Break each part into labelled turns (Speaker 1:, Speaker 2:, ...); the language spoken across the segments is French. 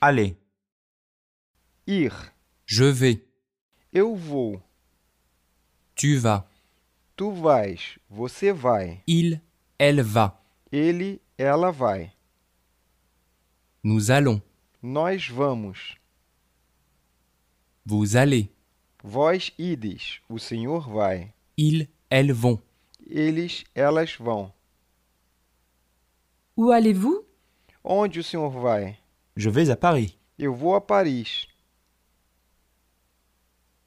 Speaker 1: aller,
Speaker 2: ir,
Speaker 3: Je vais.
Speaker 2: eu vou,
Speaker 3: Tu vas.
Speaker 2: tu vais, você vai,
Speaker 3: Il, elle va.
Speaker 2: ele, ela vai,
Speaker 3: Nous allons.
Speaker 2: nós vamos,
Speaker 3: Vous allez.
Speaker 2: vós ides, o senhor vai,
Speaker 3: Ils, elles vont.
Speaker 2: eles, elas vão.
Speaker 4: Où allez-vous
Speaker 2: Onde o senhor vai?
Speaker 1: je vais à Paris,
Speaker 2: Eu vou a Paris.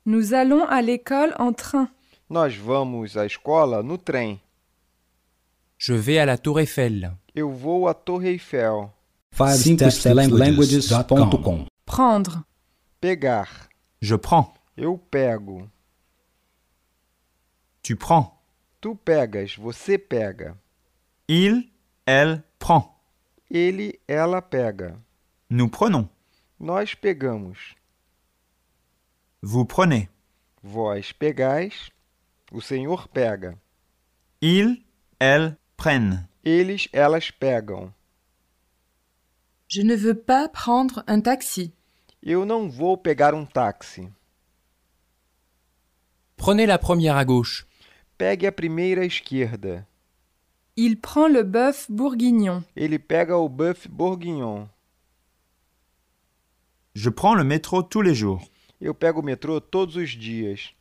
Speaker 4: Nous allons à l'école en train.
Speaker 2: Nós vamos à escola no trem.
Speaker 3: Je vais à la Tour Eiffel.
Speaker 2: Eu vou à Torre Eiffel.
Speaker 5: 5stepslanguages.com
Speaker 4: Prendre.
Speaker 2: Pegar.
Speaker 1: je prends,
Speaker 2: Eu pego.
Speaker 1: tu prends,
Speaker 2: Tu pegas, você pega.
Speaker 1: il, elle prend,
Speaker 2: Ele, ela pega.
Speaker 1: nous prenons,
Speaker 2: Nós pegamos.
Speaker 1: vous prenez,
Speaker 2: Vós pegais. O senhor pega.
Speaker 1: ils, elles prennent,
Speaker 2: Eles, elas pegam.
Speaker 6: Je ne veux pas prendre un taxi.
Speaker 2: Eu não vou pegar um táxi.
Speaker 3: Prenez la première à gauche.
Speaker 2: Pegue a primeira esquerda.
Speaker 4: Il prend le bœuf bourguignon.
Speaker 2: Ele pega o Buff Bourguignon.
Speaker 1: je prends le métro tous les jours,
Speaker 2: Eu pego o metrô todos os dias.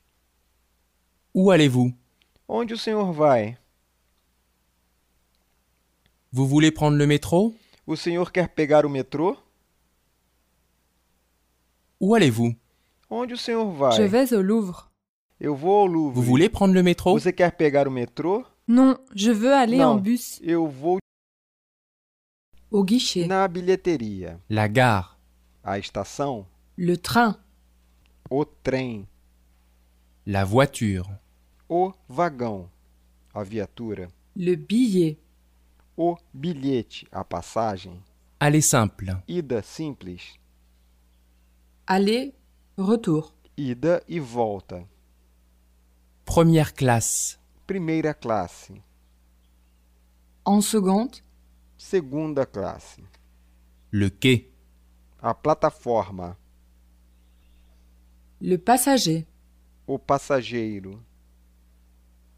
Speaker 3: Où allez-vous
Speaker 2: Onde o senhor vai?
Speaker 3: Vous voulez prendre le métro
Speaker 2: O senhor quer pegar o metrô?
Speaker 3: Où allez-vous
Speaker 2: Onde o senhor vai?
Speaker 4: Je vais au Louvre.
Speaker 2: Eu vou ao Louvre.
Speaker 3: Vous voulez prendre le métro
Speaker 2: Você quer pegar o metrô?
Speaker 4: Non, je veux aller
Speaker 2: Non.
Speaker 4: en bus.
Speaker 2: Eu vou
Speaker 6: Au guichet.
Speaker 2: na bilheteria.
Speaker 3: La gare.
Speaker 2: A estação,
Speaker 6: Le train.
Speaker 2: o trem,
Speaker 3: La voiture.
Speaker 2: o vagão, a viatura,
Speaker 6: Le billet.
Speaker 2: o bilhete, a passagem,
Speaker 3: Allez simple.
Speaker 2: ida simples,
Speaker 6: Aller. Retour.
Speaker 2: ida e volta,
Speaker 3: Première classe.
Speaker 2: primeira classe,
Speaker 6: En seconde.
Speaker 2: segunda classe,
Speaker 3: Le quai.
Speaker 2: a plataforma,
Speaker 6: Le passager.
Speaker 2: o passageiro.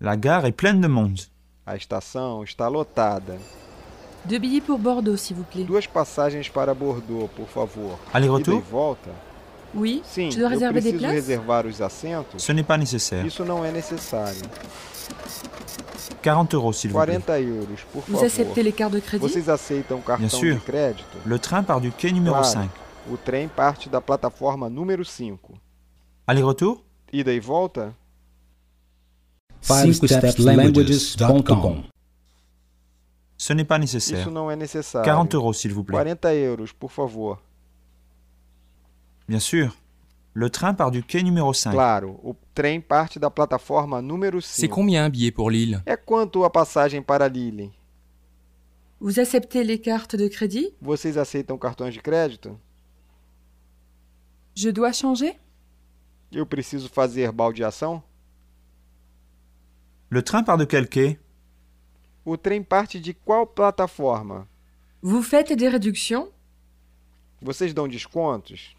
Speaker 1: la gare est pleine de monde,
Speaker 2: A estação está lotada.
Speaker 6: Deux billets pour Bordeaux, s'il vous plaît.
Speaker 2: Duas passagens para Bordeaux, por favor. Ida e
Speaker 1: aller-retour,
Speaker 2: volta?
Speaker 6: Oui.
Speaker 2: Sim,
Speaker 6: je dois
Speaker 2: eu
Speaker 6: réserver des
Speaker 2: preciso
Speaker 6: places.
Speaker 2: reservar os assentos.
Speaker 1: ce n'est pas nécessaire,
Speaker 2: Isso não é necessário.
Speaker 1: 40 euros s'il vous plaît,
Speaker 2: 40 euros, por
Speaker 6: Vous
Speaker 2: favor.
Speaker 6: acceptez les cartes de crédit
Speaker 2: Vocês aceitam cartão
Speaker 1: sûr.
Speaker 2: de crédito?
Speaker 1: le train part du quai numéro
Speaker 2: Claro.
Speaker 1: 5,
Speaker 2: O trem parte da plataforma número 5.
Speaker 1: aller-retour,
Speaker 2: Ida e volta?
Speaker 5: 5stepslanguages.com
Speaker 1: ce n'est pas
Speaker 2: Isso
Speaker 1: nécessaire,
Speaker 2: não é necessário.
Speaker 1: 40 euros s'il vous plaît,
Speaker 2: 40 euros, por favor.
Speaker 1: bien sûr, le train part du quai numéro 5,
Speaker 2: Claro, o trem parte da plataforma número
Speaker 3: C'est
Speaker 2: 5.
Speaker 3: combien un billet pour Lille
Speaker 2: É quanto a passagem para Lille?
Speaker 6: Vous acceptez les cartes de crédit
Speaker 2: Vocês aceitam cartões de crédito?
Speaker 4: Je dois changer
Speaker 2: Eu preciso fazer baldeação?
Speaker 1: le train part de quel quai
Speaker 2: O trem parte de qual plataforma?
Speaker 6: Vous faites des réductions
Speaker 2: Vocês dão descontos?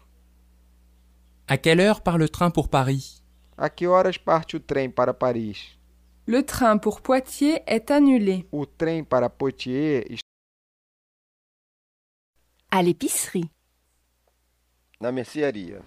Speaker 3: À quelle heure part le train pour Paris
Speaker 2: A que horas parte o trem para Paris?
Speaker 4: Le train pour Poitiers est annulé.
Speaker 2: O trem para Poitiers está
Speaker 7: à l'épicerie,
Speaker 2: na mercearia.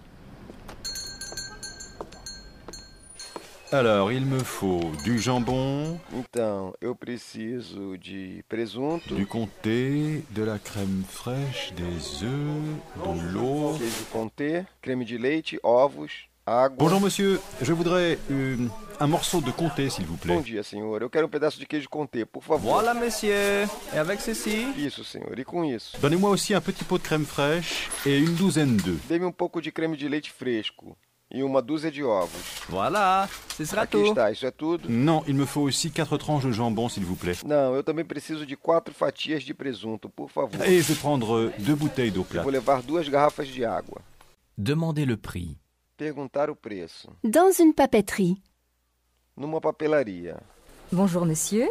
Speaker 8: Alors, il me faut du jambon,
Speaker 2: Então, eu preciso de presunto,
Speaker 8: du comté, de la crème fraîche, des œufs, de l'eau.
Speaker 2: queijo conté, creme de leite, ovos, água.
Speaker 8: Bonjour monsieur, je voudrais euh, un morceau de comté s'il vous plaît.
Speaker 2: Bom dia, senhor. Eu quero um pedaço de queijo conté, por favor.
Speaker 9: messieurs. Et avec ceci,
Speaker 2: Isso, senhor. E com isso?
Speaker 8: Donnez-moi aussi un petit pot de crème fraîche et une douzaine d'œufs.
Speaker 2: Dê-me um pouco de creme de leite fresco e uma dúzia de ovos.
Speaker 9: voilà, ce sera
Speaker 2: Aqui está, isso é tudo?
Speaker 8: Non, il me faut aussi quatre tranches de jambon s'il vous plaît.
Speaker 2: Não, eu também preciso de quatro fatias de presunto, por favor.
Speaker 8: Et je vais prendre euh, deux bouteilles d'eau plate.
Speaker 2: Vou levar duas garrafas de água.
Speaker 9: Demandez le prix.
Speaker 2: Perguntar o preço.
Speaker 7: dans une papeterie.
Speaker 2: Numa papelaria.
Speaker 7: Bonjour monsieur,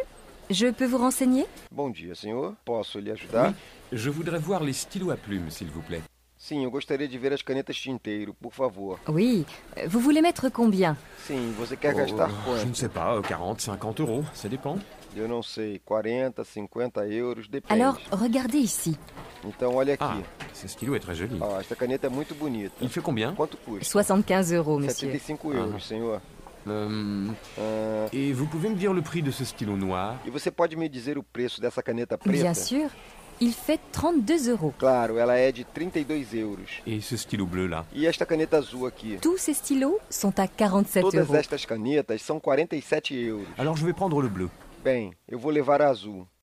Speaker 7: je peux vous renseigner
Speaker 2: Bom dia, senhor. Posso lhe ajudar?
Speaker 9: Je voudrais voir les stylos à plumes, s'il vous plaît.
Speaker 2: Sim, eu gostaria de ver as canetas tinteiro, por favor.
Speaker 7: Oui, euh, vous voulez mettre combien
Speaker 2: Sim, você quer
Speaker 10: Oh,
Speaker 2: gastar
Speaker 10: je ne
Speaker 2: quanto?
Speaker 10: sais pas, euh, 40, 50 euros, ça dépend.
Speaker 2: Eu não sei, 40, 50 euros, depende.
Speaker 7: Alors, regardez ici.
Speaker 2: Então olha
Speaker 10: Ah,
Speaker 2: aqui.
Speaker 10: ce stylo est très joli.
Speaker 2: Ah, esta caneta é muito bonita.
Speaker 10: Il fait combien
Speaker 2: Quanto custa?
Speaker 7: é 75 euros, monsieur.
Speaker 2: 75 euros, senhor.
Speaker 10: Euh,
Speaker 2: Ah,
Speaker 10: Et vous pouvez me dire le prix de ce stylo noir
Speaker 2: e você pode me dizer o preço dessa caneta
Speaker 7: Bien
Speaker 2: preta?
Speaker 7: sûr, il fait 32 euros.
Speaker 2: Claro, ela é de 32 euros.
Speaker 10: Et ce stylo bleu là
Speaker 2: E esta caneta azul aqui?
Speaker 7: Tous ces stylos sont à 47
Speaker 2: Todas
Speaker 7: euros.
Speaker 2: estas canetas são 47 euros.
Speaker 10: Alors je vais prendre le bleu.
Speaker 2: Bem, eu vou levar a azul.